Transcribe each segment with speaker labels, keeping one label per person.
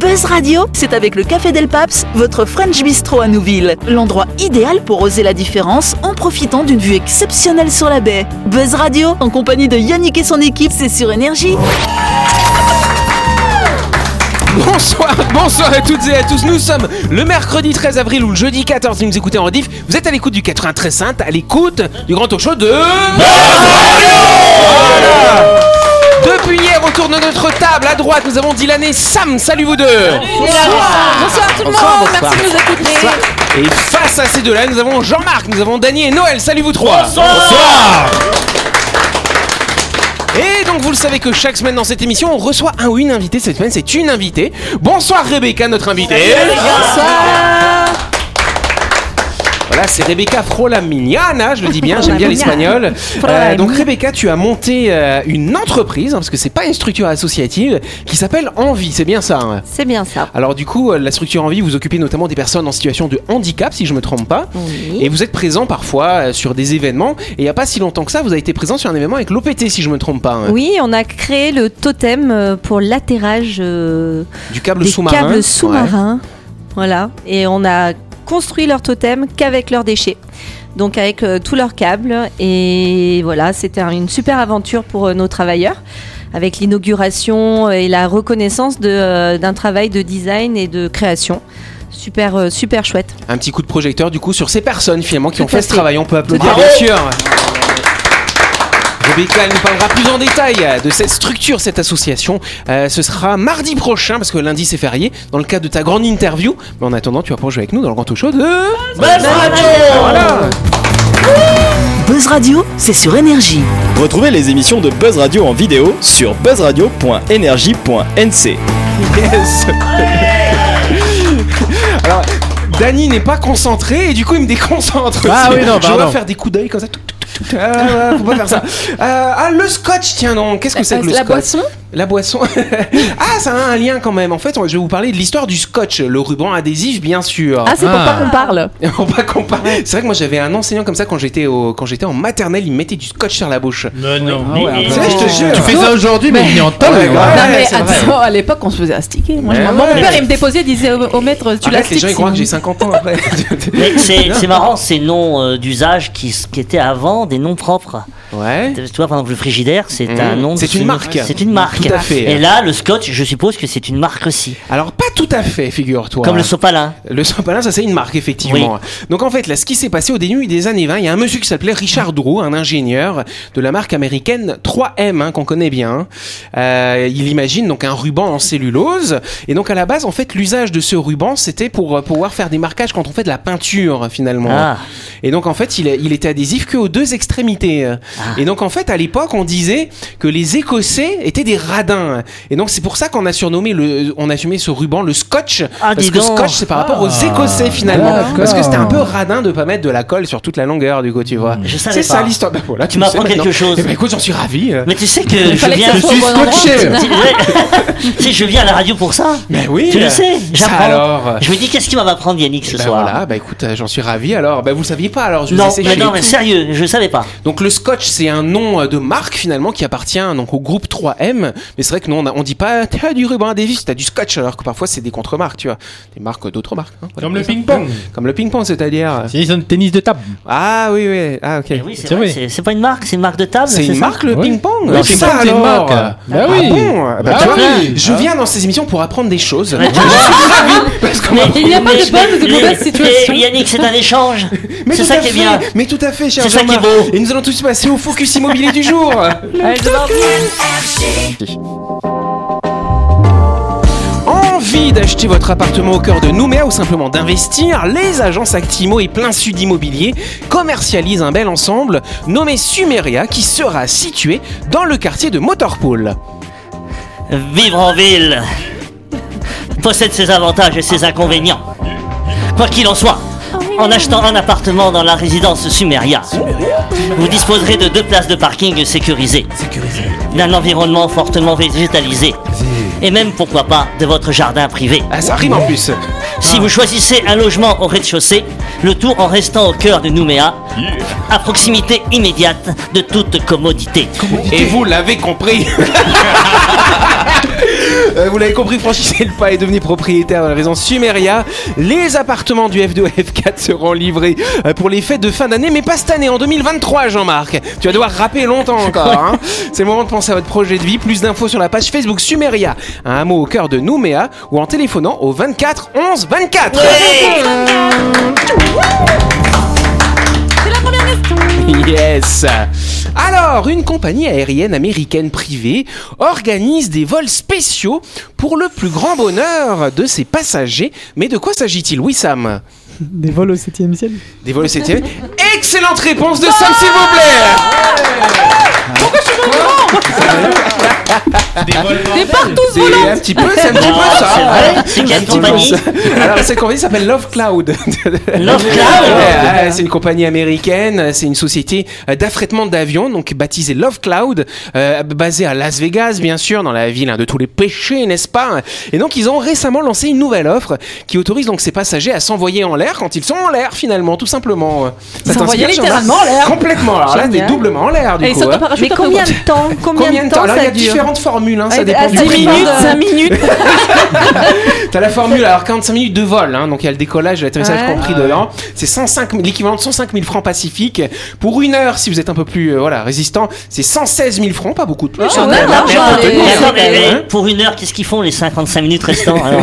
Speaker 1: Buzz Radio, c'est avec le Café Del Paps, votre French Bistro à Nouville. L'endroit idéal pour oser la différence en profitant d'une vue exceptionnelle sur la baie. Buzz Radio, en compagnie de Yannick et son équipe, c'est sur Énergie.
Speaker 2: Bonsoir, bonsoir à toutes et à tous. Nous sommes le mercredi 13 avril ou le jeudi 14 si vous nous écoutez en rediff. Vous êtes à l'écoute du 93 Sainte, à l'écoute du grand talk show de... Voilà. Depuis hier, autour de notre table, à droite, nous avons Dylan et Sam. Salut vous deux
Speaker 3: Bonsoir tout le monde, merci de nous écouter.
Speaker 2: Et face à ces deux-là, nous avons Jean-Marc, nous avons Dany et Noël. Salut vous trois Et donc vous le savez que chaque semaine dans cette émission, on reçoit un ou une invitée. Cette semaine, c'est une invitée. Bonsoir Rebecca, notre invitée.
Speaker 3: Bonsoir.
Speaker 2: Voilà, c'est Rebecca Frolaminana, je le dis bien, j'aime bien
Speaker 3: Frolamignana.
Speaker 2: l'espagnol. Euh,
Speaker 3: Frolamignana.
Speaker 2: donc Rebecca, tu as monté euh, une entreprise, hein, parce que c'est pas une structure associative, qui s'appelle Envie, c'est bien ça hein
Speaker 3: C'est bien ça.
Speaker 2: alors du coup, euh, la structure Envie, vous occupez notamment des personnes en situation de handicap, si je me trompe pas. Et
Speaker 3: Oui.
Speaker 2: vous êtes présent parfois euh, sur des événements. Et il n'y a pas si longtemps que ça, vous avez été présent sur un événement avec l'OPT, si je me trompe pas. hein.
Speaker 3: Oui, on a créé le totem euh, pour l'atterrage euh,
Speaker 2: Du câble
Speaker 3: des
Speaker 2: sous-marin.
Speaker 3: câbles sous-marins. Voilà. Et on a construit leur totem qu'avec leurs déchets. Donc avec euh, tous leurs câbles. Et voilà, c'était un- une super aventure pour euh, nos travailleurs. Avec l'inauguration et la reconnaissance de, euh, d'un travail de design et de création. Super, euh, super chouette.
Speaker 2: Ouais. Un petit coup de projecteur du coup sur ces personnes finalement qui
Speaker 3: Tout
Speaker 2: ont fait
Speaker 3: à
Speaker 2: ce
Speaker 3: fait.
Speaker 2: travail. On peut applaudir
Speaker 3: à
Speaker 2: bien sûr. Rebecca elle nous parlera plus en détail euh, de cette structure, cette association. Euh, ce sera mardi prochain, parce que lundi c'est férié, dans le cadre de ta grande interview. Mais en attendant, tu vas pouvoir jouer avec nous dans le grand talk show de... Voilà.
Speaker 1: Buzz Radio, c'est sur Énergie.
Speaker 4: Retrouvez les émissions de Buzz Radio en vidéo sur buzzradio.energie.nc.
Speaker 2: Yes. Alors, Dany n'est pas concentré et du coup il me déconcentre.
Speaker 4: Ah
Speaker 2: aussi.
Speaker 4: oui, non,
Speaker 2: Je
Speaker 4: pardon.
Speaker 2: dois faire des coups d'œil comme ça. Touc, touc, touc, touc. Ah, ouais, faut pas faire ça. Euh, ah, le scotch, tiens donc. Qu'est-ce que c'est que le
Speaker 5: la
Speaker 2: scotch
Speaker 5: boisson
Speaker 2: La boisson. ah, ça a un lien quand même. En fait, je vais vous parler de l'histoire du scotch, le ruban adhésif, bien sûr.
Speaker 5: Ah, c'est pour pas qu'on parle.
Speaker 2: On va comparer. C'est vrai que moi j'avais un enseignant comme ça quand j'étais au... quand j'étais en maternelle, il me mettait du scotch sur la bouche.
Speaker 6: Non, non.
Speaker 7: Ah
Speaker 2: Tu sais,
Speaker 5: Ah.
Speaker 2: je te jure.
Speaker 7: Tu fais ça aujourd'hui, mais il est en hein. tôle.
Speaker 2: Ouais,
Speaker 7: quoi.
Speaker 2: ouais,
Speaker 5: non, mais
Speaker 2: c'est vrai.
Speaker 5: attends, à l'époque, on se faisait astiquer. Moi, je-
Speaker 2: Ouais,
Speaker 5: Mon
Speaker 2: ouais.
Speaker 5: père, il me déposait, il disait au, au maître Tu
Speaker 2: Arrête, les
Speaker 5: l'astiques.
Speaker 2: gens ils croient que j'ai 50 ans après.
Speaker 8: Mais c'est c'est marrant ces noms euh, d'usage qui, s- qui étaient avant des noms propres.
Speaker 2: ouais.
Speaker 8: Tu vois, par exemple, le frigidaire, c'est
Speaker 2: Mmh.
Speaker 8: un nom. de-
Speaker 2: C'est une marque.
Speaker 8: C'est une marque.
Speaker 2: Tout à fait.
Speaker 8: Et là, le scotch, je suppose que c'est une marque aussi.
Speaker 2: Alors pas tout à fait, figure-toi.
Speaker 8: Comme le sopalin.
Speaker 2: Le sopalin, ça c'est une marque, effectivement. Donc en fait, là, ce qui s'est passé au début des années 20, il y a un monsieur qui s'appelait Richard Drew, un ingénieur de la marque américaine 3M, hein, qu'on connaît bien. Euh, il imagine donc un ruban en cellulose. Et donc à la base, en fait, l'usage de ce ruban, c'était pour euh, pouvoir faire des marquages quand on fait de la peinture, finalement.
Speaker 8: Ah.
Speaker 2: Et donc en fait, il, il était adhésif qu'aux deux extrémités. Et donc en fait, à l'époque, on disait que les Écossais étaient des radins. Et donc c'est pour ça qu'on a surnommé le, on a surnommé ce ruban le Scotch,
Speaker 8: Ah,
Speaker 2: parce
Speaker 8: dis
Speaker 2: que
Speaker 8: donc.
Speaker 2: Scotch c'est par rapport aux Écossais finalement,
Speaker 6: Ah,
Speaker 7: d'accord.
Speaker 2: parce que c'était un peu radin de pas mettre de la colle sur toute la longueur du coup, tu vois.
Speaker 8: Je savais
Speaker 2: C'est ça
Speaker 8: pas.
Speaker 2: l'histoire. Bah, voilà,
Speaker 8: Tu
Speaker 2: le sais
Speaker 8: m'apprends quelque
Speaker 2: maintenant.
Speaker 8: chose.
Speaker 2: Eh ben, écoute, j'en suis ravi. euh.
Speaker 8: Mais tu sais que je
Speaker 5: fallait que
Speaker 8: viens.
Speaker 5: ça soit au bon endroit.
Speaker 7: scotché.
Speaker 8: Tu- ouais. Tu sais, je viens à la radio pour ça.
Speaker 2: Mais oui.
Speaker 8: Tu
Speaker 2: euh,
Speaker 8: le sais,
Speaker 2: ça
Speaker 8: j'apprends.
Speaker 2: alors.
Speaker 8: Je me dis, qu'est-ce qu'il va m'apprendre Yannick ce
Speaker 2: Bah
Speaker 8: soir
Speaker 2: voilà, bah écoute, euh, j'en suis ravi alors. Bah vous le saviez pas alors, je vous
Speaker 8: Non,
Speaker 2: ai séché.
Speaker 8: mais non, mais sérieux, je savais pas.
Speaker 2: Donc le scotch, c'est un nom euh, de marque finalement qui appartient donc au groupe 3M. Mais c'est vrai que nous, on, a- on dit pas t'as du ruban adhésif, t'as du scotch, alors que parfois c'est des contre-marques, tu vois, des marques euh, d'autres marques. hein. Voilà.
Speaker 6: Comme le ping-pong.
Speaker 2: Comme le ping-pong, c'est-à-dire. euh,
Speaker 7: C'est un tennis de table.
Speaker 2: Ah oui, oui, ah ok.
Speaker 8: Mais Eh oui, c'est
Speaker 7: C'est
Speaker 8: vrai,
Speaker 7: vrai.
Speaker 8: c'est- c'est pas une marque, Ah, c'est une marque de table.
Speaker 2: C'est une
Speaker 8: ça
Speaker 2: marque le
Speaker 7: Oui.
Speaker 2: ping-pong Ça,
Speaker 7: Le ping-pong, c'est une
Speaker 2: alors
Speaker 7: marque. Bah
Speaker 2: Ah
Speaker 7: oui.
Speaker 2: bon Bah,
Speaker 7: Bah
Speaker 2: tu vois,
Speaker 7: oui.
Speaker 2: Je viens dans ces émissions pour apprendre des choses.
Speaker 8: Ouais.
Speaker 2: Je suis ravi parce qu'on
Speaker 8: Mais-
Speaker 2: apprend-
Speaker 5: Il n'y a pas de
Speaker 8: mais-
Speaker 5: bonne ou de
Speaker 8: mais-
Speaker 5: mauvaise situation.
Speaker 8: mais Yannick, c'est un échange.
Speaker 2: Mais
Speaker 8: c'est
Speaker 2: tout
Speaker 8: ça
Speaker 2: à
Speaker 8: qui est
Speaker 2: fait,
Speaker 8: bien.
Speaker 2: Mais tout à fait, cher
Speaker 8: C'est ça qui est
Speaker 2: Jean-Marc.
Speaker 8: beau.
Speaker 2: Et nous allons tous passer au focus immobilier du jour.
Speaker 5: Allez, c'est parti.
Speaker 2: Envie d'acheter votre appartement au cœur de Nouméa ou simplement d'investir, les agences Actimo et Plein Sud Immobilier commercialisent un bel ensemble nommé Sumeria qui sera situé dans le quartier de Motorpool.
Speaker 8: Vivre en ville possède ses avantages et ses inconvénients. Quoi qu'il en soit, en achetant un appartement dans la résidence Sumeria, vous disposerez de deux places de parking sécurisées, d'un environnement fortement végétalisé et même, pourquoi pas, de votre jardin privé.
Speaker 2: Ah, ça rime en plus.
Speaker 8: Si vous choisissez un logement au rez-de-chaussée, le tout en restant au cœur de Nouméa, à proximité immédiate de toute commodité.
Speaker 2: Et vous l'avez compris. Euh, vous l'avez compris, franchissez le pas et devenez propriétaire de la résidence Sumeria. Les appartements du F2 et F4 seront livrés euh, pour les fêtes de fin d'année, mais pas cette année, en 2023, Jean-Marc. Tu vas devoir rapper longtemps encore. hein. C'est le moment de penser à votre projet de vie. Plus d'infos sur la page Facebook Sumeria, un hameau au cœur de Nouméa, ou en téléphonant au 24 11 24. Yes Alors, une compagnie aérienne américaine privée organise des vols spéciaux pour le plus grand bonheur de ses passagers. Mais de quoi s'agit-il, oui Sam
Speaker 6: Des vols au 7ème ciel
Speaker 2: Des vols au 7e Excellente réponse de Sam, s'il vous plaît
Speaker 7: Ah,
Speaker 5: Des partout
Speaker 2: C'est un petit peu, c'est un petit peu ça
Speaker 8: Ah, c'est vrai. C'est
Speaker 2: Un
Speaker 8: quelle
Speaker 2: petit peu
Speaker 8: compagnie
Speaker 2: ça. Alors, cette compagnie s'appelle Love Cloud.
Speaker 8: Love
Speaker 2: Ouais,
Speaker 8: Cloud
Speaker 2: ouais, c'est une compagnie américaine, c'est une société euh, d'affrètement d'avions, donc baptisée Love Cloud, euh, basée à Las Vegas, bien sûr, dans la ville hein, de tous les péchés, n'est-ce pas Et donc, ils ont récemment lancé une nouvelle offre qui autorise donc ces passagers à s'envoyer en l'air quand ils sont en l'air, finalement, tout simplement. Ça
Speaker 5: S'envoyer
Speaker 2: t'inspire,
Speaker 5: littéralement
Speaker 2: Jean-Marc
Speaker 5: en l'air.
Speaker 2: Complètement. Alors là, t'es
Speaker 5: Génial.
Speaker 2: doublement en l'air, du
Speaker 5: Et ils
Speaker 2: coup.
Speaker 5: sont en
Speaker 2: hein.
Speaker 5: parachute
Speaker 3: Mais combien de temps Combien,
Speaker 2: Combien de temps Alors, il y
Speaker 3: ça
Speaker 2: a
Speaker 3: dure
Speaker 2: différentes formules, hein,
Speaker 3: Ah,
Speaker 2: ça dépend
Speaker 3: à
Speaker 2: du
Speaker 3: cinq
Speaker 2: prix.
Speaker 3: minutes, cinq
Speaker 5: minutes.
Speaker 2: T'as la formule, alors 45 minutes de vol, hein, donc il y a le décollage et l'atterrissage
Speaker 3: Ouais.
Speaker 2: compris dedans. C'est 105 000 l'équivalent de 105 000 francs pacifiques. Pour une heure, si vous êtes un peu plus euh, voilà, résistant, c'est 116 000 francs, pas beaucoup de plus. hein.
Speaker 5: Ah ouais,
Speaker 2: même,
Speaker 5: l'argent,
Speaker 2: mais on peut
Speaker 5: allez.
Speaker 2: tenir.
Speaker 8: Mais attends, mais- mais
Speaker 2: Hein
Speaker 8: pour une heure, qu'est-ce qu'ils font les 55 minutes restantes alors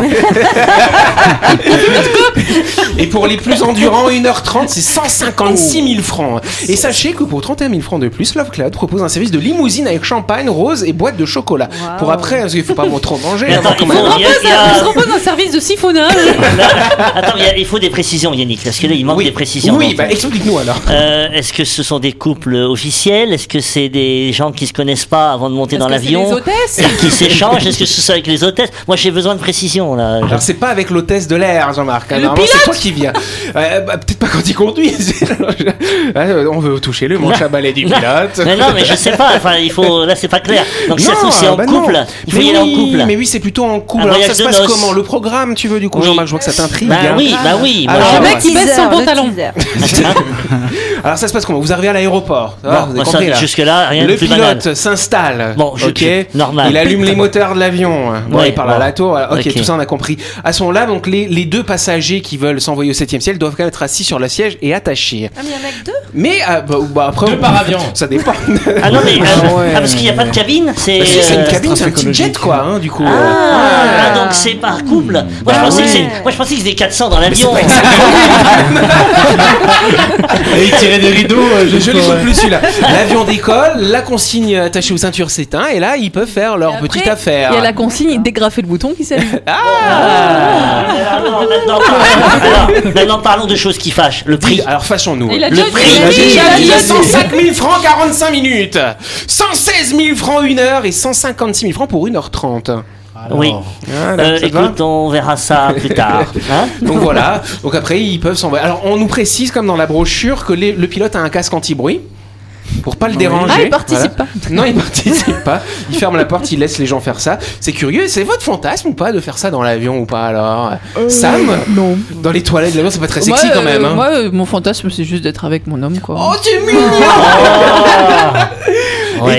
Speaker 2: Et pour les plus endurants, 1h30, c'est
Speaker 3: Oh.
Speaker 2: 156 000 francs. Et sachez que pour 31 000 francs de plus, Love Cloud propose un service de limousine avec champagne, rose et boîte de chocolat. Pour après, parce qu'il faut pas trop manger.
Speaker 8: Mais
Speaker 2: avant
Speaker 8: attends,
Speaker 2: qu'on
Speaker 8: ils font-
Speaker 2: mange.
Speaker 8: il y a- il y
Speaker 5: Ils se
Speaker 8: a-
Speaker 5: reposent un service de siphonnage.
Speaker 8: Attends, il y a- il faut des précisions, Yannick, parce que là, il manque
Speaker 2: oui,
Speaker 8: des précisions.
Speaker 2: Oui,
Speaker 8: Donc,
Speaker 2: bah explique-nous alors.
Speaker 8: euh, Est-ce que ce sont des couples officiels Est-ce que c'est des gens qui se connaissent pas avant de monter dans l'avion
Speaker 5: hôtesses.
Speaker 8: qui s'échangent Est-ce que ce sont avec les hôtesses Moi, j'ai besoin de précisions là.
Speaker 2: Alors c'est pas avec l'hôtesse de l'air, Jean-Marc. hein.
Speaker 5: Le
Speaker 2: Normalement, c'est toi qui viens. Euh, bah, Peut-être pas quand il conduit. Euh, On veut toucher le manche à balai du pilote.
Speaker 8: Mais non, mais je sais pas. Enfin, il faut. Là, c'est pas clair. Donc, si ça se trouve, c'est en
Speaker 2: bah non.
Speaker 8: couple. Il faut
Speaker 2: mais
Speaker 8: y aller
Speaker 2: oui,
Speaker 8: en couple.
Speaker 2: Mais oui, c'est plutôt en couple.
Speaker 8: Un
Speaker 2: Alors ça
Speaker 8: voyage
Speaker 2: se
Speaker 8: de
Speaker 2: passe
Speaker 8: noces.
Speaker 2: comment Le programme, tu veux, du coup,
Speaker 8: Oui.
Speaker 2: Jean-Marc, je vois que ça t'intrigue.
Speaker 8: Bah
Speaker 2: hein.
Speaker 8: oui, bah oui.
Speaker 2: Alors,
Speaker 8: moi,
Speaker 5: Le mec,
Speaker 8: je-
Speaker 5: il baisse son
Speaker 3: Teaser, le
Speaker 5: pantalon.
Speaker 3: teaser.
Speaker 2: Alors ça se passe comment Vous arrivez à l'aéroport. Ça va,
Speaker 8: Bon,
Speaker 2: Ah, vous avez
Speaker 8: moi, ça,
Speaker 2: compris, là.
Speaker 8: jusque-là, rien de
Speaker 2: Le
Speaker 8: plus banal.
Speaker 2: pilote s'installe.
Speaker 8: Bon, je
Speaker 2: ok.
Speaker 8: tue. Normal.
Speaker 2: Il allume les moteurs de l'avion. Bon,
Speaker 8: Ouais,
Speaker 2: il parle à
Speaker 8: bon.
Speaker 2: la tour. Voilà, ok,
Speaker 8: Ok.
Speaker 2: tout ça on a compris. À ce moment-là, donc les, les deux passagers qui veulent s'envoyer au 7 ciel doivent quand même être assis sur le siège et attachés.
Speaker 5: Ah, mais il y en a que deux.
Speaker 2: Mais euh, bah, bah, après,
Speaker 7: Deux par avion.
Speaker 2: Ça dépend.
Speaker 8: Ah non, mais. euh,
Speaker 2: Ah ouais.
Speaker 8: Ah, parce qu'il n'y a pas de cabine C'est.
Speaker 2: Parce que c'est
Speaker 8: euh,
Speaker 2: une cabine, c'est un petit jet quoi, hein, du coup.
Speaker 8: Ah, donc c'est par couple. Moi,
Speaker 2: Bah
Speaker 8: je pensais
Speaker 2: ouais.
Speaker 8: que c'est- moi, je pensais que c'était 400 dans l'avion.
Speaker 7: Et il tirait des rideaux. euh,
Speaker 2: Je, je
Speaker 7: jusqu'au-
Speaker 2: l'écoute plus celui-là. L'avion décolle, la consigne attachée aux ceintures s'éteint et là ils peuvent faire leur
Speaker 5: Et après,
Speaker 2: petite affaire.
Speaker 5: Il y a la consigne, dégrafer le bouton qui s'allume.
Speaker 2: Ah
Speaker 8: Alors, maintenant, alors, maintenant, parlons de choses qui fâchent. Le prix.
Speaker 2: Prix. Alors fâchons-nous.
Speaker 5: Il a
Speaker 8: Le
Speaker 5: déjà
Speaker 8: prix,
Speaker 5: dit, il a
Speaker 8: j'ai
Speaker 5: dit, il a
Speaker 2: Il
Speaker 5: dit,
Speaker 2: y a
Speaker 5: il a dit.
Speaker 2: 105 000 francs 45 minutes 116 000 francs 1 heure et 156 000 francs pour 1h30
Speaker 7: Alors,
Speaker 8: Oui.
Speaker 2: Ah,
Speaker 8: Euh, écoute, on verra ça plus tard. Hein
Speaker 2: donc voilà donc après ils peuvent s'envoyer alors on nous précise comme dans la brochure que les- le pilote a un casque anti-bruit pour pas le déranger
Speaker 5: Ah, il participe pas.
Speaker 2: Voilà. non il participe pas il ferme la porte il laisse les gens faire ça c'est curieux c'est votre fantasme ou pas de faire ça dans l'avion ou pas alors
Speaker 5: Euh,
Speaker 2: Sam
Speaker 6: Non.
Speaker 2: dans les toilettes de l'avion c'est pas très sexy
Speaker 5: Moi,
Speaker 2: quand
Speaker 5: euh,
Speaker 2: même hein.
Speaker 5: Moi, euh, mon fantasme, c'est juste d'être avec mon homme, quoi.
Speaker 2: oh c'est mignon
Speaker 8: Ouais.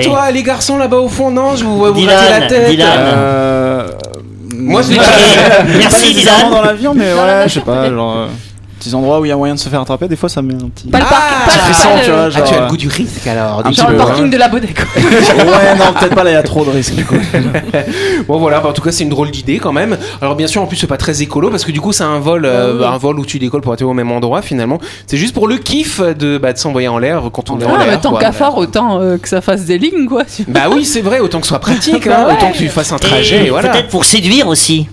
Speaker 2: et toi les garçons là-bas au fond non je vous vois vous
Speaker 8: Dylan,
Speaker 2: gratter la tête
Speaker 8: Dylan.
Speaker 4: Euh...
Speaker 2: moi je l'ai
Speaker 8: Ok,
Speaker 4: pas
Speaker 8: Merci,
Speaker 4: nécessairement
Speaker 8: Dylan.
Speaker 4: dans l'avion, mais
Speaker 5: Dans la
Speaker 4: ouais, je
Speaker 5: nature,
Speaker 4: sais pas, genre. euh, Petits endroits où il y a moyen de se faire attraper, des fois ça met un petit.
Speaker 5: Pas le parc-
Speaker 2: Ah,
Speaker 5: pas
Speaker 2: tu
Speaker 5: le-
Speaker 2: fais
Speaker 5: pas
Speaker 4: ça,
Speaker 5: le-
Speaker 4: tu vois,
Speaker 2: Ah, tu as le
Speaker 4: Genre,
Speaker 2: goût du risque alors.
Speaker 4: un
Speaker 2: du
Speaker 5: Genre
Speaker 2: coup,
Speaker 5: le
Speaker 2: hein.
Speaker 5: parking de la bodette, quoi.
Speaker 4: ouais, non, peut-être pas là, il y a trop de risques du coup.
Speaker 2: Bon voilà, bah, en tout cas c'est une drôle d'idée quand même. Alors bien sûr en plus c'est pas très écolo parce que du coup c'est un vol, euh, bah, un vol où tu décolles pour atterrir au même endroit finalement. C'est juste pour le kiff de, bah, de s'envoyer en l'air quand on est en
Speaker 5: Ah, mais
Speaker 2: l'air.
Speaker 5: tant
Speaker 2: quoi.
Speaker 5: qu'à faire, autant euh, que ça fasse des lignes, quoi.
Speaker 2: Bah oui c'est vrai, autant que ce soit pratique,
Speaker 5: Bah
Speaker 2: hein,
Speaker 5: ouais.
Speaker 2: autant que tu fasses un
Speaker 8: Et
Speaker 2: trajet, voilà.
Speaker 8: Peut-être pour séduire aussi.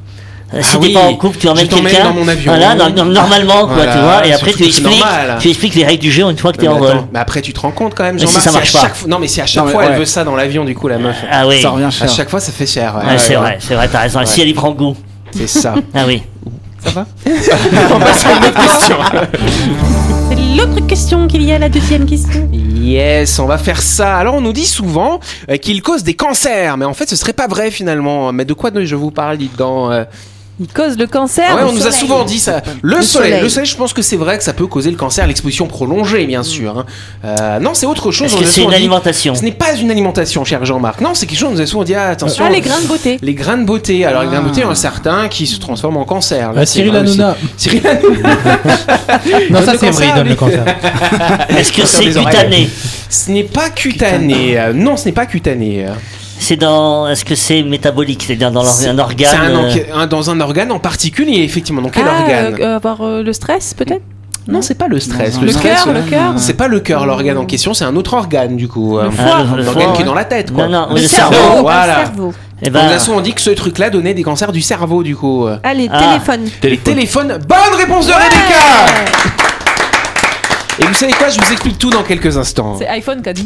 Speaker 8: Euh, Si
Speaker 2: Ah
Speaker 8: t'es
Speaker 2: oui,
Speaker 8: pas en couple, tu emmènes
Speaker 2: je t'emmène
Speaker 8: quelqu'un.
Speaker 2: dans mon avion.
Speaker 8: Voilà, no- no- normalement, quoi,
Speaker 2: Voilà,
Speaker 8: tu vois. Et
Speaker 2: c'est
Speaker 8: après,
Speaker 2: tout-
Speaker 8: tu
Speaker 2: c'est
Speaker 8: expliques,
Speaker 2: normal.
Speaker 8: tu expliques les règles du jeu une fois que t'es
Speaker 2: Mais
Speaker 8: en vol.
Speaker 2: attends, mais après tu te rends compte quand même,
Speaker 8: Mais si
Speaker 2: Jean-Marc,
Speaker 8: ça
Speaker 2: c'est à
Speaker 8: marche pas.
Speaker 2: chaque fois- Non mais si à chaque
Speaker 4: Non, mais
Speaker 2: fois elle
Speaker 4: ouais.
Speaker 2: veut ça dans l'avion du coup la meuf.
Speaker 8: Ah oui.
Speaker 4: Ça revient
Speaker 2: À
Speaker 4: cher.
Speaker 2: chaque fois ça fait cher. ouais.
Speaker 8: Ouais, c'est vrai, c'est vrai, t'as raison. Si elle y prend goût.
Speaker 2: C'est ça.
Speaker 8: Ah oui.
Speaker 2: On passe à une autre question.
Speaker 5: C'est l'autre question qu'il y a, la deuxième question.
Speaker 2: Yes, on va faire ça. Alors on nous dit souvent euh, qu'il cause des cancers, mais en fait ce serait pas vrai finalement. Mais de quoi je vous parle, dites donc euh,
Speaker 3: Il cause le cancer.
Speaker 2: Ah ouais,
Speaker 3: au
Speaker 2: on nous a
Speaker 3: soleil.
Speaker 2: souvent dit ça. Le,
Speaker 3: Le
Speaker 2: soleil.
Speaker 3: soleil.
Speaker 2: le soleil, je pense que c'est vrai que ça peut causer le cancer, l'exposition prolongée, bien sûr. hein. Euh, non, c'est autre chose.
Speaker 8: Parce
Speaker 2: on
Speaker 8: que
Speaker 2: nous a
Speaker 8: c'est
Speaker 2: souvent
Speaker 8: une
Speaker 2: dit-
Speaker 8: alimentation.
Speaker 2: Ce n'est pas une alimentation, cher Jean-Marc. Non, c'est quelque chose on nous a souvent dit. ah, attention.
Speaker 5: Ah, les grains de beauté.
Speaker 2: Les grains de beauté. Alors, les grains de beauté, il y
Speaker 8: Ah.
Speaker 2: en a certains qui se transforment en cancer. Là,
Speaker 7: Ah,
Speaker 2: c'est
Speaker 7: Cyril
Speaker 2: vrai aussi.
Speaker 7: Hanouna.
Speaker 2: Cyril Hanouna.
Speaker 7: Non, ça
Speaker 2: le
Speaker 7: c'est
Speaker 2: cancer,
Speaker 7: vrai, il donne
Speaker 2: lui.
Speaker 7: le cancer.
Speaker 8: Est-ce que
Speaker 2: Sur
Speaker 8: c'est
Speaker 2: les oreilles.
Speaker 8: cutané
Speaker 2: Ce n'est pas cutané. Euh, Non, ce n'est pas cutané. Euh,
Speaker 8: C'est dans. Est-ce que c'est métabolique C'est-à-dire dans l'or-
Speaker 2: C'est-
Speaker 8: un
Speaker 2: C'est
Speaker 8: organe
Speaker 2: un
Speaker 8: euh,
Speaker 2: enqui- un- dans un organe en particulier, effectivement. Dans quel
Speaker 5: Ah,
Speaker 2: organe
Speaker 5: euh, avoir euh, le stress, peut-être
Speaker 2: Non, c'est pas le stress.
Speaker 4: Dans
Speaker 2: Le
Speaker 5: Le
Speaker 2: stress, euh,
Speaker 5: cœur,
Speaker 4: ouais.
Speaker 5: le cœur.
Speaker 4: euh,
Speaker 2: C'est pas le cœur, l'organe en question, c'est un autre organe du coup. Euh,
Speaker 8: foie. Ah, le- le
Speaker 2: L'organe
Speaker 8: foie,
Speaker 2: qui est
Speaker 8: ouais.
Speaker 2: dans la tête quoi.
Speaker 8: Non, non,
Speaker 3: Le
Speaker 8: le
Speaker 3: cerveau.
Speaker 8: cerveau.
Speaker 2: voilà.
Speaker 3: Le cerveau.
Speaker 8: Eh
Speaker 2: Donc,
Speaker 8: ben,
Speaker 2: là, souvent, on dit que ce truc-là donnait des cancers du cerveau du coup. Euh,
Speaker 3: Allez,
Speaker 8: Ah.
Speaker 3: téléphone.
Speaker 2: Les téléphones, bonne réponse de Rebecca Et vous savez quoi, je vous explique tout dans quelques instants.
Speaker 5: C'est iPhone qu'a dit.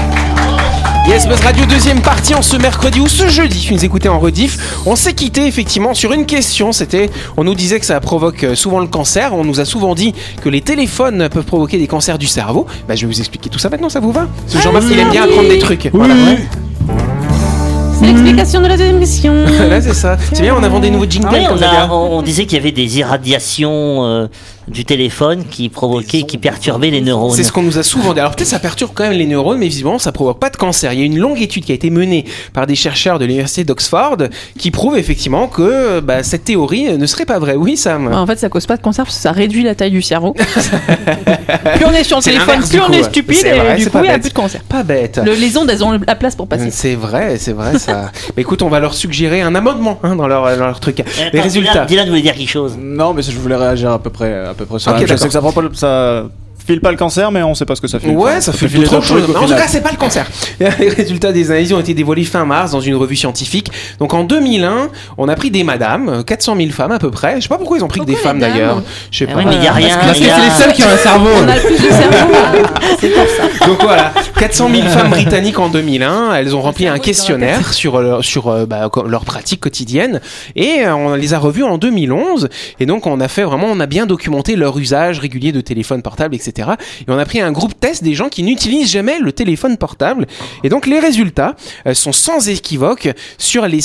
Speaker 2: Yes Buzz Radio, deuxième partie en ce mercredi ou ce jeudi, vous nous écoutez en rediff. On s'est quitté effectivement sur une question, c'était, on nous disait que ça provoque euh, souvent le cancer, on nous a souvent dit que les téléphones peuvent provoquer des cancers du cerveau. Bah, je vais vous expliquer tout ça maintenant, ça vous va Parce que Jean-Marc il aime
Speaker 8: Ah
Speaker 2: bien apprendre des trucs. Voilà.
Speaker 5: C'est l'explication de la deuxième mission.
Speaker 2: Là, c'est ça. C'est bien, on invente des nouveaux jingles
Speaker 8: ah oui,
Speaker 2: comme
Speaker 8: on,
Speaker 2: ça.
Speaker 8: a-
Speaker 2: bien.
Speaker 8: on- on disait qu'il y avait des irradiations euh, du téléphone qui provoquaient, qui perturbaient les neurones.
Speaker 2: C'est ce qu'on nous a souvent dit. Alors peut-être ça perturbe quand même les neurones, mais visiblement ça provoque pas de cancer. Il y a une longue étude qui a été menée par des chercheurs de l'université d'Oxford qui prouve effectivement que euh, bah, cette théorie ne serait pas vraie. Oui, Sam.
Speaker 5: En fait, ça cause pas de cancer parce que ça réduit la taille du cerveau. plus on est sur le
Speaker 2: C'est
Speaker 5: téléphone,
Speaker 2: l'inverse,
Speaker 5: plus
Speaker 2: du
Speaker 5: on
Speaker 2: coup.
Speaker 5: est stupide
Speaker 2: C'est
Speaker 5: et
Speaker 2: vrai,
Speaker 5: du
Speaker 2: c'est
Speaker 5: coup,
Speaker 2: pas
Speaker 5: il n'y a
Speaker 2: bête. Mm.
Speaker 5: plus de cancer.
Speaker 2: Pas bête.
Speaker 5: Le- les ondes, elles ont la place pour passer.
Speaker 2: C'est vrai, c'est vrai ça. Mais écoute, on va leur suggérer un amendement hein, dans, leur, dans leur truc.
Speaker 8: Eh, attends,
Speaker 2: Les résultats.
Speaker 8: Dylan- Dylan voulait dire quelque chose.
Speaker 4: Non, mais je voulais réagir à peu près, à peu près sur
Speaker 2: Ok,
Speaker 4: la même chose.
Speaker 2: d'accord.
Speaker 4: C'est que ça, prend pas le- ça file pas le cancer, mais on sait pas ce que ça file.
Speaker 2: Ouais, ça fait
Speaker 4: filer
Speaker 2: trop de
Speaker 4: d'autres
Speaker 2: choses.
Speaker 4: trucs
Speaker 2: Mais
Speaker 4: au
Speaker 2: En tout
Speaker 4: final.
Speaker 2: cas, c'est pas le cancer. Les résultats des analyses ont été dévoilés fin mars dans une revue scientifique. Donc en 2001, on a pris des madames, euh, 400 000 femmes à peu près. Je sais pas pourquoi ils ont pris que des
Speaker 5: Pourquoi
Speaker 2: femmes
Speaker 5: les dames
Speaker 2: d'ailleurs. Je sais
Speaker 8: Eh
Speaker 2: pas.
Speaker 8: oui, mais il n'y a rien.
Speaker 7: Parce que
Speaker 8: il y a-
Speaker 7: c'est les seuls qui ont un cerveau.
Speaker 5: On a plus de cerveau.
Speaker 2: Donc voilà, 400 000 femmes britanniques en 2001, elles ont rempli un
Speaker 5: cerveau, c'est dans la
Speaker 2: questionnaire sur, leur- sur euh, bah, co- leur pratique quotidienne et euh, on les a revues en 2011 et donc on a fait vraiment, on a bien documenté leur usage régulier de téléphone portable, etc. Et on a pris un groupe test des gens qui n'utilisent jamais le téléphone portable et donc les résultats euh, sont sans équivoque sur les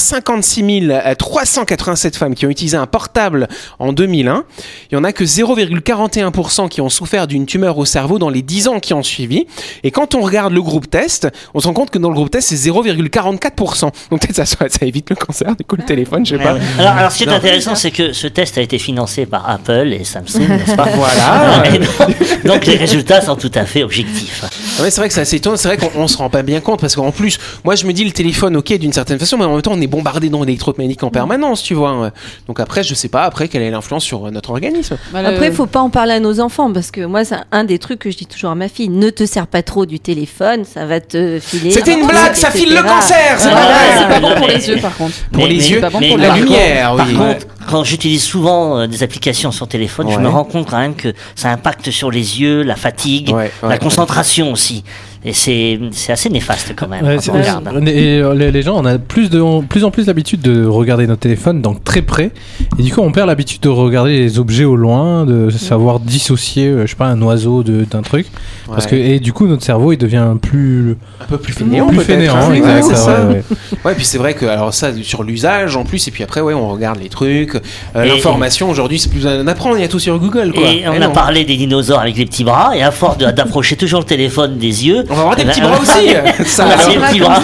Speaker 2: 556 000, euh, 387 femmes qui ont utilisé un portable en 2001 il n'y en a que 0,41% qui ont souffert d'une tumeur au cerveau dans les 10 ans qui ont suivi. Et quand on regarde le groupe test, on se rend compte que dans le groupe test, c'est 0,44%. Donc peut-être ça, ça évite le cancer, du coup le téléphone, je sais
Speaker 8: Ah
Speaker 2: pas.
Speaker 8: ouais. Alors, alors, ce qui est
Speaker 2: Eh Non.
Speaker 8: intéressant, c'est que ce test a été financé par Apple et Samsung, n'est-ce pas
Speaker 2: Voilà.
Speaker 8: Et donc, donc, les résultats sont tout à fait objectifs.
Speaker 2: Ah ouais, c'est vrai que c'est assez étonnant, c'est vrai qu'on on se rend pas bien compte parce qu'en plus, moi je me dis le téléphone, ok, d'une certaine façon, mais en même temps, on est bombardé dans l'électromagnétique en permanence, tu vois. hein. Donc après, je sais pas, après, quelle est l'influence sur euh, notre organisme.
Speaker 3: Après, faut pas en parler à nos enfants parce que moi, c'est un des trucs que je dis toujours à ma fille. Ne te sers pas trop du téléphone, ça va te filer.
Speaker 2: C'était une blague, ça file le cancer, c'est
Speaker 8: Ah
Speaker 2: pas
Speaker 8: ouais,
Speaker 2: vrai.
Speaker 5: c'est pas bon pour
Speaker 8: Mais-
Speaker 5: les yeux, par contre.
Speaker 2: Pour les yeux,
Speaker 5: pas bon
Speaker 8: mais
Speaker 5: pour
Speaker 2: la
Speaker 8: par
Speaker 2: lumière,
Speaker 8: contre-
Speaker 2: oui.
Speaker 8: Par contre, quand j'utilise souvent euh, des applications sur téléphone, je
Speaker 2: Ouais.
Speaker 8: me rends compte quand même que ça impacte sur les yeux, la fatigue,
Speaker 2: Ouais,
Speaker 8: la
Speaker 2: ouais.
Speaker 8: concentration aussi. Et c'est c'est assez néfaste quand même.
Speaker 7: Ouais,
Speaker 8: quand
Speaker 7: c'est-
Speaker 8: on regarde.
Speaker 7: et, euh, les, les gens, on a plus de on- plus en plus l'habitude de regarder notre téléphone donc très près, et du coup on perd l'habitude de regarder les objets au loin, de savoir dissocier, euh, je sais pas, un oiseau de- d'un truc, parce
Speaker 2: Ouais.
Speaker 7: que et du coup notre cerveau il devient plus
Speaker 2: un peu plus fainéant,
Speaker 7: plus
Speaker 2: peut-être, hein.
Speaker 7: fainéant, exact,
Speaker 2: Ouais, c'est ça.
Speaker 7: ouais, ouais.
Speaker 2: Ouais, puis c'est vrai que alors ça sur l'usage en plus et puis après ouais, on regarde les trucs, Euh,
Speaker 8: Et-
Speaker 2: l'information aujourd'hui c'est plus d'apprendre, apprendre, il y a tout sur Google quoi.
Speaker 8: Et on
Speaker 2: Eh
Speaker 8: a
Speaker 2: non.
Speaker 8: parlé des dinosaures avec les petits bras, et à force de- d'approcher toujours le téléphone des yeux.
Speaker 2: On va avoir des
Speaker 8: eh ben,
Speaker 2: petits
Speaker 8: on
Speaker 2: bras
Speaker 8: va-
Speaker 2: aussi. ça
Speaker 8: on va avoir
Speaker 2: alors.
Speaker 8: des petits bras.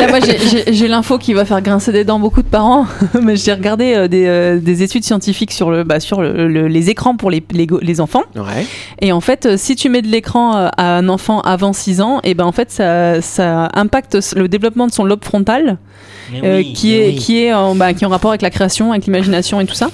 Speaker 5: Là, moi, j'ai- j'ai j'ai l'info qui va faire grincer des dents beaucoup de parents. Mais j'ai regardé euh, des, euh, des études scientifiques sur, le, bah, sur le- le- les écrans pour les, les, go- les enfants.
Speaker 2: Ouais.
Speaker 5: Et en fait, euh, si tu mets de l'écran euh, à un enfant avant 6 ans, et ben en fait, ça, ça impacte s- le développement de son lobe frontal,
Speaker 8: Mais
Speaker 5: euh,
Speaker 8: oui,
Speaker 5: qui,
Speaker 8: mais
Speaker 5: est,
Speaker 8: oui.
Speaker 5: qui, est en, bah, qui est en rapport avec la création, avec émotions et tout ça.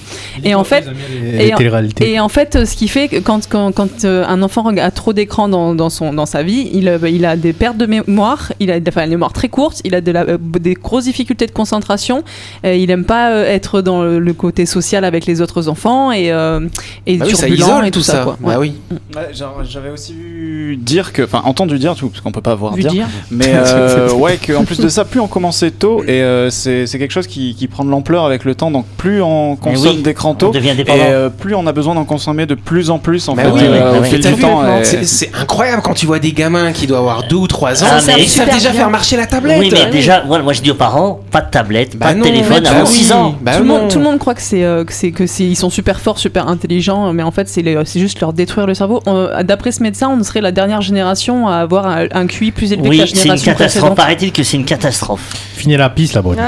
Speaker 5: Et en fait,
Speaker 7: les,
Speaker 5: et en- Et en fait, euh, ce qui fait que quand, quand, quand euh, un enfant reg- a trop d'écran dans, dans, son- dans sa vie, il, euh, il a des pertes de mémoire, il a enfin, une mémoire très courte, il a de la- euh, des grosses difficultés de concentration, euh, il aime pas euh, être dans le, le côté social avec les autres enfants et, euh, et
Speaker 2: Bah oui, ça
Speaker 5: turbulent
Speaker 2: isole
Speaker 5: et
Speaker 2: tout ça.
Speaker 5: quoi.
Speaker 2: Bah oui.
Speaker 4: Ouais, genre, J'avais aussi vu dire que, enfin entendu dire tout, parce qu'on peut pas voir
Speaker 5: Vu
Speaker 4: dire,
Speaker 5: dire.
Speaker 4: mais euh, ouais que en plus de ça, plus on commençait tôt et euh, c'est c'est quelque chose qui, qui prend de l'ampleur avec le temps, donc plus on consomme
Speaker 8: oui,
Speaker 4: d'écran
Speaker 8: On
Speaker 4: tôt
Speaker 8: devient
Speaker 4: et
Speaker 8: dépendant.
Speaker 4: euh, plus on a besoin d'en consommer de plus en plus en
Speaker 2: Bah
Speaker 4: fait
Speaker 2: oui,
Speaker 4: euh,
Speaker 8: oui,
Speaker 4: au
Speaker 8: oui.
Speaker 4: fil
Speaker 2: T'as
Speaker 4: du
Speaker 2: vu,
Speaker 4: temps. et-
Speaker 2: C'est c'est incroyable quand tu vois des gamins qui doivent avoir 2 ou 3 ans.
Speaker 8: Ah, mais-
Speaker 2: ils savent déjà faire marcher la tablette.
Speaker 8: Oui, mais déjà, moi, moi je dis aux parents, pas de tablette,
Speaker 2: Bah
Speaker 8: pas de
Speaker 2: non,
Speaker 8: téléphone
Speaker 2: bah
Speaker 8: avant
Speaker 2: oui,
Speaker 8: 6 ans.
Speaker 2: bah
Speaker 5: tout, le
Speaker 2: non.
Speaker 5: monde, tout le monde croit que c'est euh, que c'est que c'est ils sont super forts, super intelligents, mais en fait c'est les- c'est juste leur détruire le cerveau. On- euh, D'après ce médecin, on serait la dernière génération à avoir un, un QI plus élevé que
Speaker 8: Oui,
Speaker 5: la
Speaker 8: c'est une
Speaker 5: génération
Speaker 8: catastrophe.
Speaker 5: précédente.
Speaker 8: Paraît-il que c'est une catastrophe.
Speaker 7: Finis la piste, la
Speaker 3: Oh
Speaker 7: brune.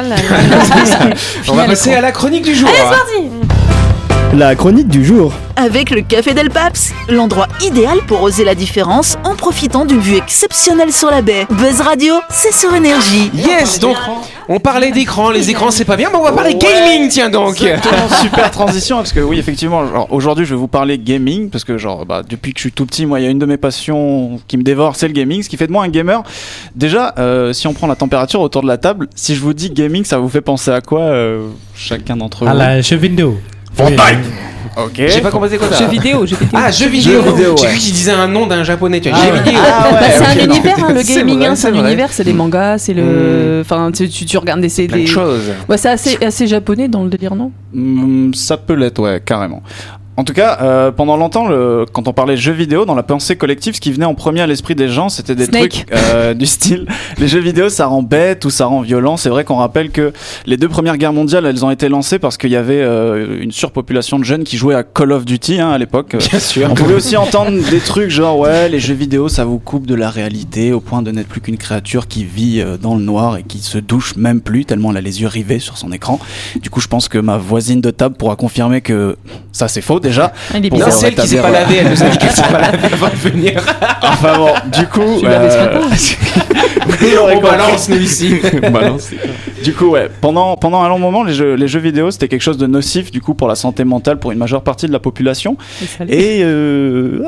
Speaker 2: On va passer à la chronique du jour. hein.
Speaker 9: La chronique du jour.
Speaker 1: Avec le Café Del Paps, l'endroit idéal pour oser la différence en profitant d'une vue exceptionnelle sur la baie. Buzz Radio, c'est sur énergie.
Speaker 2: Yes, donc on parlait d'écran, les écrans c'est pas bien, mais on va parler
Speaker 4: Ouais.
Speaker 2: gaming, tiens donc.
Speaker 4: Exactement, super transition hein, parce que oui effectivement genre, aujourd'hui je vais vous parler gaming parce que genre bah, depuis que je suis tout petit moi il y a une de mes passions qui me dévore c'est le gaming ce qui fait de moi un gamer déjà euh, si on prend la température autour de la table si je vous dis gaming ça vous fait penser à quoi euh, chacun d'entre vous
Speaker 7: À la jeu vidéo.
Speaker 4: ok
Speaker 2: J'ai pas compris quoi
Speaker 5: Jeux
Speaker 2: t'as.
Speaker 5: vidéo, jeux vidéo.
Speaker 2: Ah, jeux vidéo.
Speaker 4: vidéo,
Speaker 2: J'ai
Speaker 4: ouais.
Speaker 2: cru qu'il disait un nom d'un japonais, tu vois. jeux
Speaker 4: ouais.
Speaker 2: vidéo.
Speaker 4: Ah ouais,
Speaker 5: Bah,
Speaker 4: ok,
Speaker 5: c'est un
Speaker 4: non.
Speaker 5: univers, hein, le
Speaker 2: C'est
Speaker 5: gaming,
Speaker 2: vrai,
Speaker 5: hein,
Speaker 2: c'est
Speaker 5: c'est un
Speaker 2: vrai. Mm.
Speaker 5: univers, c'est les mangas, c'est le. Enfin, tu, tu, tu regardes des. c'est
Speaker 4: Plein de
Speaker 5: des-
Speaker 4: choses.
Speaker 5: Ouais, c'est assez, assez japonais dans le délire, non
Speaker 4: Hmm, ça peut l'être, ouais, carrément. En tout cas, euh, pendant longtemps, le, quand on parlait jeux vidéo, dans la pensée collective, ce qui venait en premier à l'esprit des gens, c'était des
Speaker 5: Snake.
Speaker 4: trucs euh, du style les jeux vidéo, ça rend bête ou ça rend violent. C'est vrai qu'on rappelle que les deux premières guerres mondiales, elles ont été lancées parce qu'il y avait euh, une surpopulation de jeunes qui jouaient à Call of Duty hein, à l'époque.
Speaker 2: Bien sûr.
Speaker 4: On pouvait aussi entendre des trucs genre ouais les jeux vidéo ça vous coupe de la réalité au point de n'être plus qu'une créature qui vit euh, dans le noir et qui se douche même plus tellement elle a les yeux rivés sur son écran. Du coup je pense que ma voisine de table pourra confirmer que ça c'est faux déjà.
Speaker 5: Ah, Il est
Speaker 4: Pour
Speaker 2: Non,
Speaker 4: voir.
Speaker 5: bizarre.
Speaker 2: c'est elle qui s'est pas lavée, elle nous a dit qu'elle s'est pas lavée avant de venir.
Speaker 4: Enfin bon du coup euh,
Speaker 5: Tu l'avais ce matin.
Speaker 4: vous l'aurez
Speaker 2: On
Speaker 4: compris.
Speaker 2: balance nous ici.
Speaker 4: Du coup, ouais, pendant, pendant un long moment, les jeux, les jeux vidéo, c'était quelque chose de nocif du coup pour la santé mentale pour une majeure partie de la population. Et euh,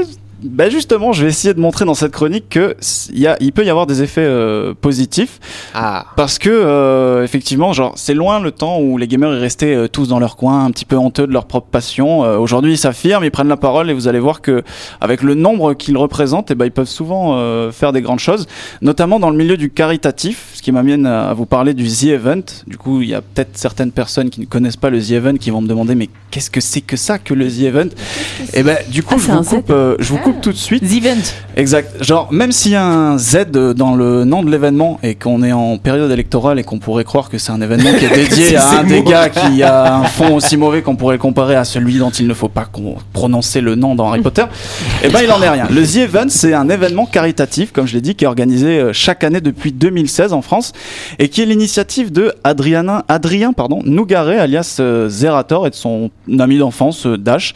Speaker 4: euh, bah justement, je vais essayer de montrer dans cette chronique que s- il y a- il peut y avoir des effets euh, positifs
Speaker 2: Ah.
Speaker 4: parce que euh, effectivement, genre c'est loin le temps où les gamers ils restaient euh, tous dans leur coin, un petit peu honteux de leur propre passion. Euh, Aujourd'hui, ils s'affirment, ils prennent la parole et vous allez voir que avec le nombre qu'ils représentent, eh ben, ils peuvent souvent euh, faire des grandes choses, notamment dans le milieu du caritatif, ce qui m'amène à, à vous parler du The Event. Du coup, il y a peut-être certaines personnes qui ne connaissent pas le The Event qui vont me demander mais qu'est-ce que c'est que ça que le The Event Et ben du coup,
Speaker 5: Ah,
Speaker 4: je,
Speaker 5: c'est
Speaker 4: vous
Speaker 5: un Ah. Z.
Speaker 4: coupe, euh, je vous coupe tout de suite.
Speaker 5: The Event.
Speaker 4: Exact. Genre, même s'il y a un Z euh, dans le nom de l'événement et qu'on est en période électorale et qu'on pourrait croire que c'est un événement qui est dédié
Speaker 2: C'est
Speaker 4: à un
Speaker 2: Zemmour.
Speaker 4: des gars qui a un fond aussi mauvais qu'on pourrait le comparer à celui dont il ne faut pas qu'on- prononcer le nom dans Harry Potter, eh ben il en est rien. Le The Event, c'est un événement caritatif, comme je l'ai dit, qui est organisé euh, chaque année depuis 2016 en France et qui est l'initiative de Adriana, Adrien pardon, Nougaret, alias euh, Zerator, et de son ami d'enfance, euh, Dash.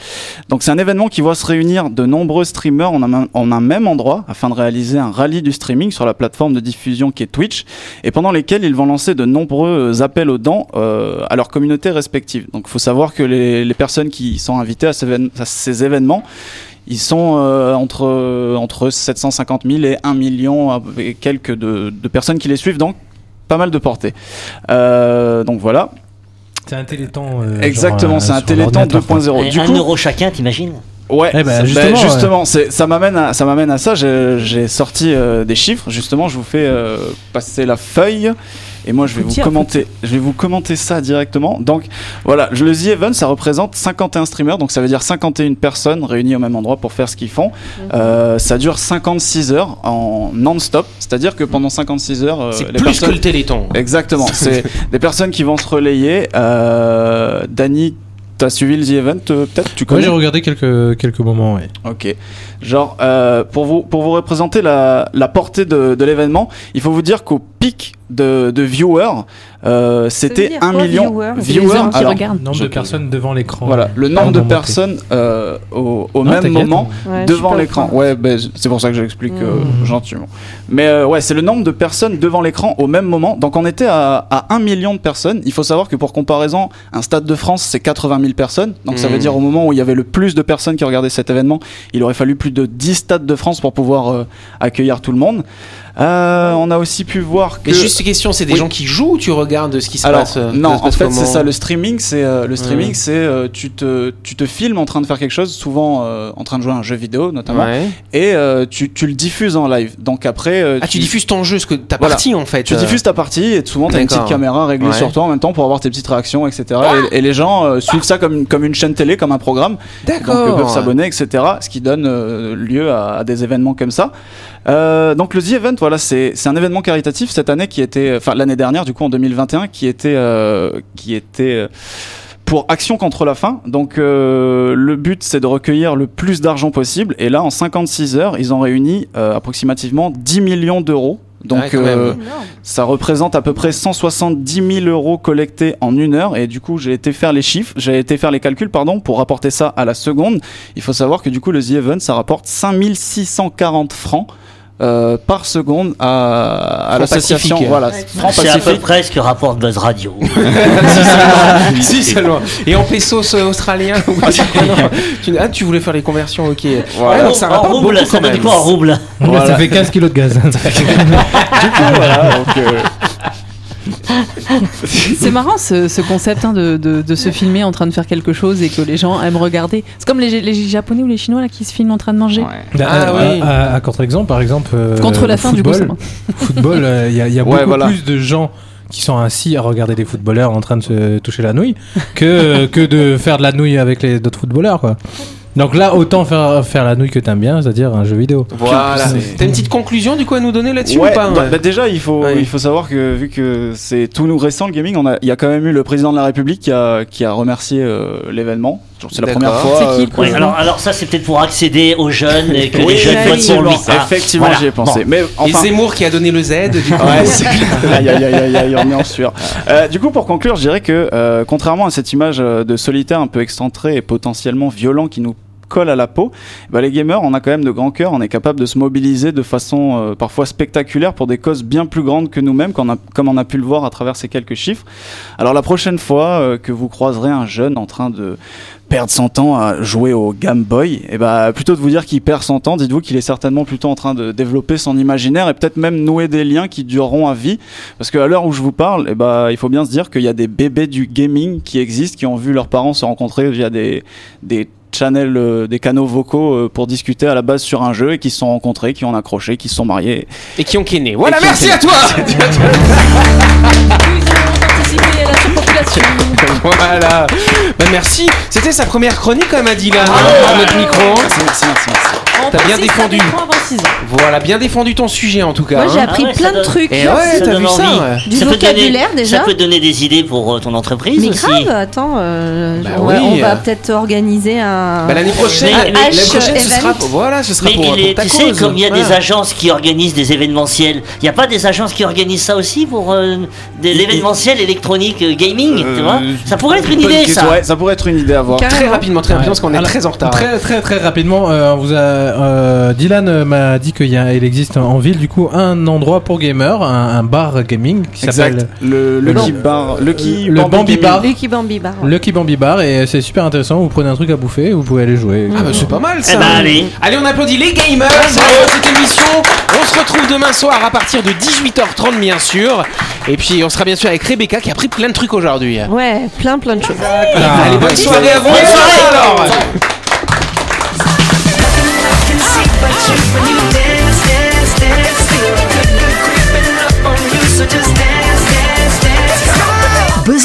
Speaker 4: Donc c'est un événement qui voit se réunir de nombreux streamers en un, même- en un même endroit afin de réaliser un rallye du streaming sur la plateforme de diffusion qui est Twitch, et pendant lesquels ils vont lancer de nombreux euh, appels aux dents euh, à leur communauté respective. Donc il faut savoir que les, les personnes qui sont invitées à ces, évén- à ces événements, ils sont euh, entre, euh, entre 750 000 et 1 million euh, et quelques de, de personnes qui les suivent, donc pas mal de portée. Euh, donc voilà,
Speaker 7: C'est un téléthon. euh,
Speaker 4: exactement,
Speaker 7: genre, euh,
Speaker 4: c'est un
Speaker 7: sur
Speaker 4: Téléthon
Speaker 7: l'ordinateur, quoi.
Speaker 2: Euh,
Speaker 4: 2.0.
Speaker 8: Et
Speaker 4: Du
Speaker 8: un
Speaker 4: coup,
Speaker 8: euro chacun, t'imagines
Speaker 4: Ouais,
Speaker 7: Eh ben,
Speaker 4: ça- ben,
Speaker 7: justement,
Speaker 4: justement,
Speaker 7: ouais.
Speaker 4: c'est- ça m'amène à ça m'amène à ça. J'ai j'ai sorti euh, des chiffres. Justement, je vous fais euh, passer la feuille et moi je vais
Speaker 5: Faut
Speaker 4: vous
Speaker 5: dire,
Speaker 4: commenter. Je vais vous commenter ça directement. Donc voilà, je le The Event, ça représente 51 streamers, donc ça veut dire 51 personnes réunies au même endroit pour faire ce qu'ils font.
Speaker 5: Mhm.
Speaker 4: Euh, ça dure 56 heures en non-stop, c'est-à-dire que pendant 56 heures, euh,
Speaker 2: C'est
Speaker 4: les
Speaker 2: plus que
Speaker 4: personnes
Speaker 2: le téléthon.
Speaker 4: Exactement. C'est des personnes qui vont se relayer. Euh, Dany, t'as suivi le The Event euh, Peut-être tu
Speaker 7: Ouais,
Speaker 4: connais.
Speaker 7: j'ai regardé quelques, quelques moments, ouais.
Speaker 4: Ok. Genre, euh, pour, vous, pour vous représenter la, la portée de, de l'événement, il faut vous dire qu'au pic de, de viewers, euh, c'était
Speaker 3: dire
Speaker 4: 1
Speaker 3: quoi,
Speaker 4: million
Speaker 3: viewers
Speaker 5: C'est les
Speaker 4: viewers.
Speaker 5: gens qui
Speaker 4: alors,
Speaker 5: regardent.
Speaker 7: Nombre de
Speaker 4: Je-
Speaker 7: personnes devant l'écran.
Speaker 4: voilà, le
Speaker 7: Ah,
Speaker 4: nombre de
Speaker 7: on va monter.
Speaker 4: personnes euh, au, au
Speaker 7: Non,
Speaker 4: même
Speaker 7: t'inquiète,
Speaker 4: moment
Speaker 3: Ouais, je suis
Speaker 4: devant
Speaker 3: pas au
Speaker 4: l'écran.
Speaker 3: courant. Mmh.
Speaker 4: Ouais, ben, je- c'est pour ça que je l'explique euh, gentiment. Mais euh, ouais, c'est le nombre de personnes devant l'écran au même moment. Donc on était à, à 1 million de personnes. Il faut savoir que pour comparaison, un stade de France, c'est 80 000 personnes. Donc ça
Speaker 2: Mm.
Speaker 4: veut dire au moment où il y avait le plus de personnes qui regardaient cet événement, il aurait fallu plus de 10 stades de France pour pouvoir euh, accueillir tout le monde. Euh, on a aussi pu voir que...
Speaker 2: Mais juste une question, c'est des
Speaker 4: Oui.
Speaker 2: gens qui jouent ou tu regardes ce qui se
Speaker 4: Alors,
Speaker 2: passe euh,
Speaker 4: non,
Speaker 2: ça se
Speaker 4: en
Speaker 2: passe
Speaker 4: fait,
Speaker 2: comment
Speaker 4: c'est ça. Le streaming, c'est euh, le streaming,
Speaker 2: Ouais.
Speaker 4: c'est euh, tu te tu te filmes en train de faire quelque chose, souvent euh, en train de jouer à un jeu vidéo notamment,
Speaker 2: Ouais.
Speaker 4: et euh, tu, tu le diffuses en live. Donc après, euh,
Speaker 2: Ah, tu diffuses ton jeu, ce que ta
Speaker 4: Voilà.
Speaker 2: partie en fait.
Speaker 4: tu
Speaker 2: euh.
Speaker 4: diffuses ta partie et souvent t'as une
Speaker 2: D'accord.
Speaker 4: petite caméra réglée
Speaker 2: Ouais.
Speaker 4: sur toi en même temps pour avoir tes petites réactions, etc. Et, et les gens euh, suivent ça comme une- comme une chaîne télé, comme un programme. Donc euh, ils peuvent
Speaker 2: D'accord.
Speaker 4: s'abonner, etc. Ce qui donne euh, lieu à, à des événements comme ça. Euh, donc le The Event, voilà, c'est c'est un événement caritatif cette année qui était, enfin l'année dernière du coup en 2021, qui était, euh, qui était euh, pour Action contre la faim. Donc euh, le but c'est de recueillir le plus d'argent possible. Et là en 56 heures, ils ont réuni euh, approximativement 10 millions d'euros. Donc
Speaker 2: Ouais, quand même.
Speaker 4: euh, ça représente à peu près 170 000 euros collectés en une heure. Et du coup, j'ai été faire les chiffres, j'ai été faire les calculs, pardon, pour rapporter ça à la seconde. Il faut savoir que du coup, le The Event, ça rapporte 5640 francs. euh, par seconde à, à
Speaker 2: Francs
Speaker 4: l'association
Speaker 2: Pacifique.
Speaker 4: voilà francs
Speaker 8: C'est à peu
Speaker 4: pacifique
Speaker 8: près ce que rapporte Buzz Radio.
Speaker 2: si Ah, seulement. Et en pesos euh, australiens. ou- Non, tu- Ah, tu voulais faire les conversions, ok. Ouais, donc ça
Speaker 8: en
Speaker 2: rapporte beaucoup
Speaker 8: rouble,
Speaker 2: quand
Speaker 8: ça m'a
Speaker 2: même.
Speaker 8: dit quoi en rouble
Speaker 7: Voilà, Ça fait 15 kilos de gaz.
Speaker 4: du coup voilà donc, euh,
Speaker 5: C'est marrant ce, ce concept hein, de, de- de se filmer en train de faire quelque chose et que les gens aiment regarder. C'est comme les, les Japonais ou les Chinois là, qui se filment en train de manger.
Speaker 2: Ah
Speaker 7: à,
Speaker 2: oui.
Speaker 7: Euh, à- à contre-exemple, par exemple. euh,
Speaker 5: Contre la
Speaker 7: au
Speaker 5: faim, du hein. coup,
Speaker 7: football, football, euh, il y a, il y a
Speaker 4: Ouais,
Speaker 7: beaucoup
Speaker 4: voilà.
Speaker 7: plus de gens qui sont assis à regarder des footballeurs en train de se toucher la nouille que, que de faire de la nouille avec les d'autres footballeurs, quoi. Donc là, autant faire, faire la nouille que t'aimes bien, c'est-à-dire un jeu vidéo.
Speaker 2: Voilà.
Speaker 4: C'est-
Speaker 2: T'as une petite conclusion du coup à nous donner là-dessus
Speaker 4: ouais,
Speaker 2: ou pas
Speaker 4: bah-
Speaker 2: hein
Speaker 4: bah déjà il faut
Speaker 2: Ouais.
Speaker 4: il faut savoir que vu que c'est tout nous récent le gaming on a il y a quand même eu le président de la République qui a qui a remercié euh, l'événement Genre, c'est la
Speaker 2: D'accord.
Speaker 4: première fois
Speaker 5: C'est qui,
Speaker 4: euh,
Speaker 5: le
Speaker 8: Oui, alors, alors ça, c'est peut-être pour accéder aux jeunes et que les
Speaker 4: Oui,
Speaker 8: jeunes votent pour
Speaker 4: effectivement,
Speaker 8: lui. Ah, ça.
Speaker 4: effectivement,
Speaker 8: Voilà.
Speaker 4: j'y ai pensé. Mais
Speaker 2: Et
Speaker 4: enfin,
Speaker 2: Zemmour qui a donné le Z. Du coup.
Speaker 4: Ouais, c'est clair. aïe, aïe, aïe, aïe, aïe, on est en sueur. Euh, du coup, pour conclure, je dirais que, euh, contrairement à cette image euh, de solitaire un peu excentré et potentiellement violent qui nous colle à la peau, bah, les gamers, on a quand même de grands cœurs, on est capable de se mobiliser de façon euh, parfois spectaculaire pour des causes bien plus grandes que nous-mêmes, qu'on a- comme on a pu le voir à travers ces quelques chiffres. Alors la prochaine fois euh, que vous croiserez un jeune en train de perdre son temps à jouer au Game Boy, et bah, plutôt de vous dire qu'il perd son temps, dites-vous qu'il est certainement plutôt en train de développer son imaginaire et peut-être même nouer des liens qui dureront à vie. Parce qu'à l'heure où je vous parle, et bah, il faut bien se dire qu'il y a des bébés du gaming qui existent, qui ont vu leurs parents se rencontrer via des, des channels, euh, des canaux vocaux euh, pour discuter à la base sur un jeu et qui se sont rencontrés, qui ont accroché, qui se sont mariés.
Speaker 2: Et qui ont kenné. Voilà,
Speaker 4: Et qui ont
Speaker 2: merci
Speaker 4: kenné.
Speaker 2: à toi Voilà. Bah, merci. C'était sa première chronique, comme a dit
Speaker 4: Ah
Speaker 2: là, à hein, notre micro.
Speaker 4: Merci, merci, merci, merci.
Speaker 2: T'as bien défendu. Voilà, bien défendu ton sujet en tout cas.
Speaker 3: Moi, j'ai
Speaker 2: hein.
Speaker 3: appris
Speaker 8: Ah ouais, ça
Speaker 3: plein de
Speaker 8: donne-
Speaker 3: trucs.
Speaker 2: Et ouais,
Speaker 8: Ça
Speaker 2: t'as
Speaker 8: donne
Speaker 2: vu ça
Speaker 8: envie.
Speaker 2: ouais.
Speaker 3: Du
Speaker 8: Ça peut donner-
Speaker 3: vocabulaire, déjà.
Speaker 8: Ça peut donner des idées pour euh, ton entreprise
Speaker 3: Mais
Speaker 8: aussi.
Speaker 3: grave, attends, euh,
Speaker 2: Bah
Speaker 3: on, va,
Speaker 2: oui.
Speaker 3: on va peut-être organiser un.
Speaker 2: Bah, l'année prochaine,
Speaker 8: Mais- mais-
Speaker 2: l'année prochaine, ce
Speaker 3: H
Speaker 2: sera,
Speaker 3: event.
Speaker 2: voilà, ce sera
Speaker 8: Mais
Speaker 2: pour,
Speaker 8: il est-
Speaker 2: pour ta
Speaker 8: tu sais,
Speaker 2: cause.
Speaker 8: comme il y a des
Speaker 2: Voilà.
Speaker 8: agences qui organisent des événementiels, il n'y a pas des agences qui organisent ça aussi pour euh, de l'événementiel électronique euh, gaming, tu vois Ça pourrait être une
Speaker 4: Bonne
Speaker 8: idée,
Speaker 4: question.
Speaker 8: ça.
Speaker 4: Ouais, ça pourrait être une idée à voir.
Speaker 2: Très rapidement, très rapidement, parce qu'on est
Speaker 7: Alors,
Speaker 2: très en retard. hein.
Speaker 7: Très très très rapidement, euh, on vous a, euh, Dylan euh, m'a dit qu'il y a- il existe en ville du coup un endroit pour gamers, un, un bar gaming qui s'appelle
Speaker 4: Exact. Le, le
Speaker 7: Non.
Speaker 4: qui bar, le qui
Speaker 7: le Bambi Bar.
Speaker 3: Lucky Bambi Bar.
Speaker 7: Lucky Bambi Bar et c'est super intéressant. Vous prenez un truc à bouffer, vous pouvez aller jouer.
Speaker 2: Ah bah c'est pas mal ça.
Speaker 8: Eh ben, allez.
Speaker 2: on applaudit les gamers pour cette émission. On se retrouve demain soir à partir de 18h30 bien sûr. Et puis on sera bien sûr avec Rebecca qui a appris plein de trucs aujourd'hui.
Speaker 3: Ouais, plein plein de choses.
Speaker 2: Allez, bonne soirée à vous.
Speaker 8: Ah. Bonne soirée.
Speaker 2: alors.
Speaker 1: Buzz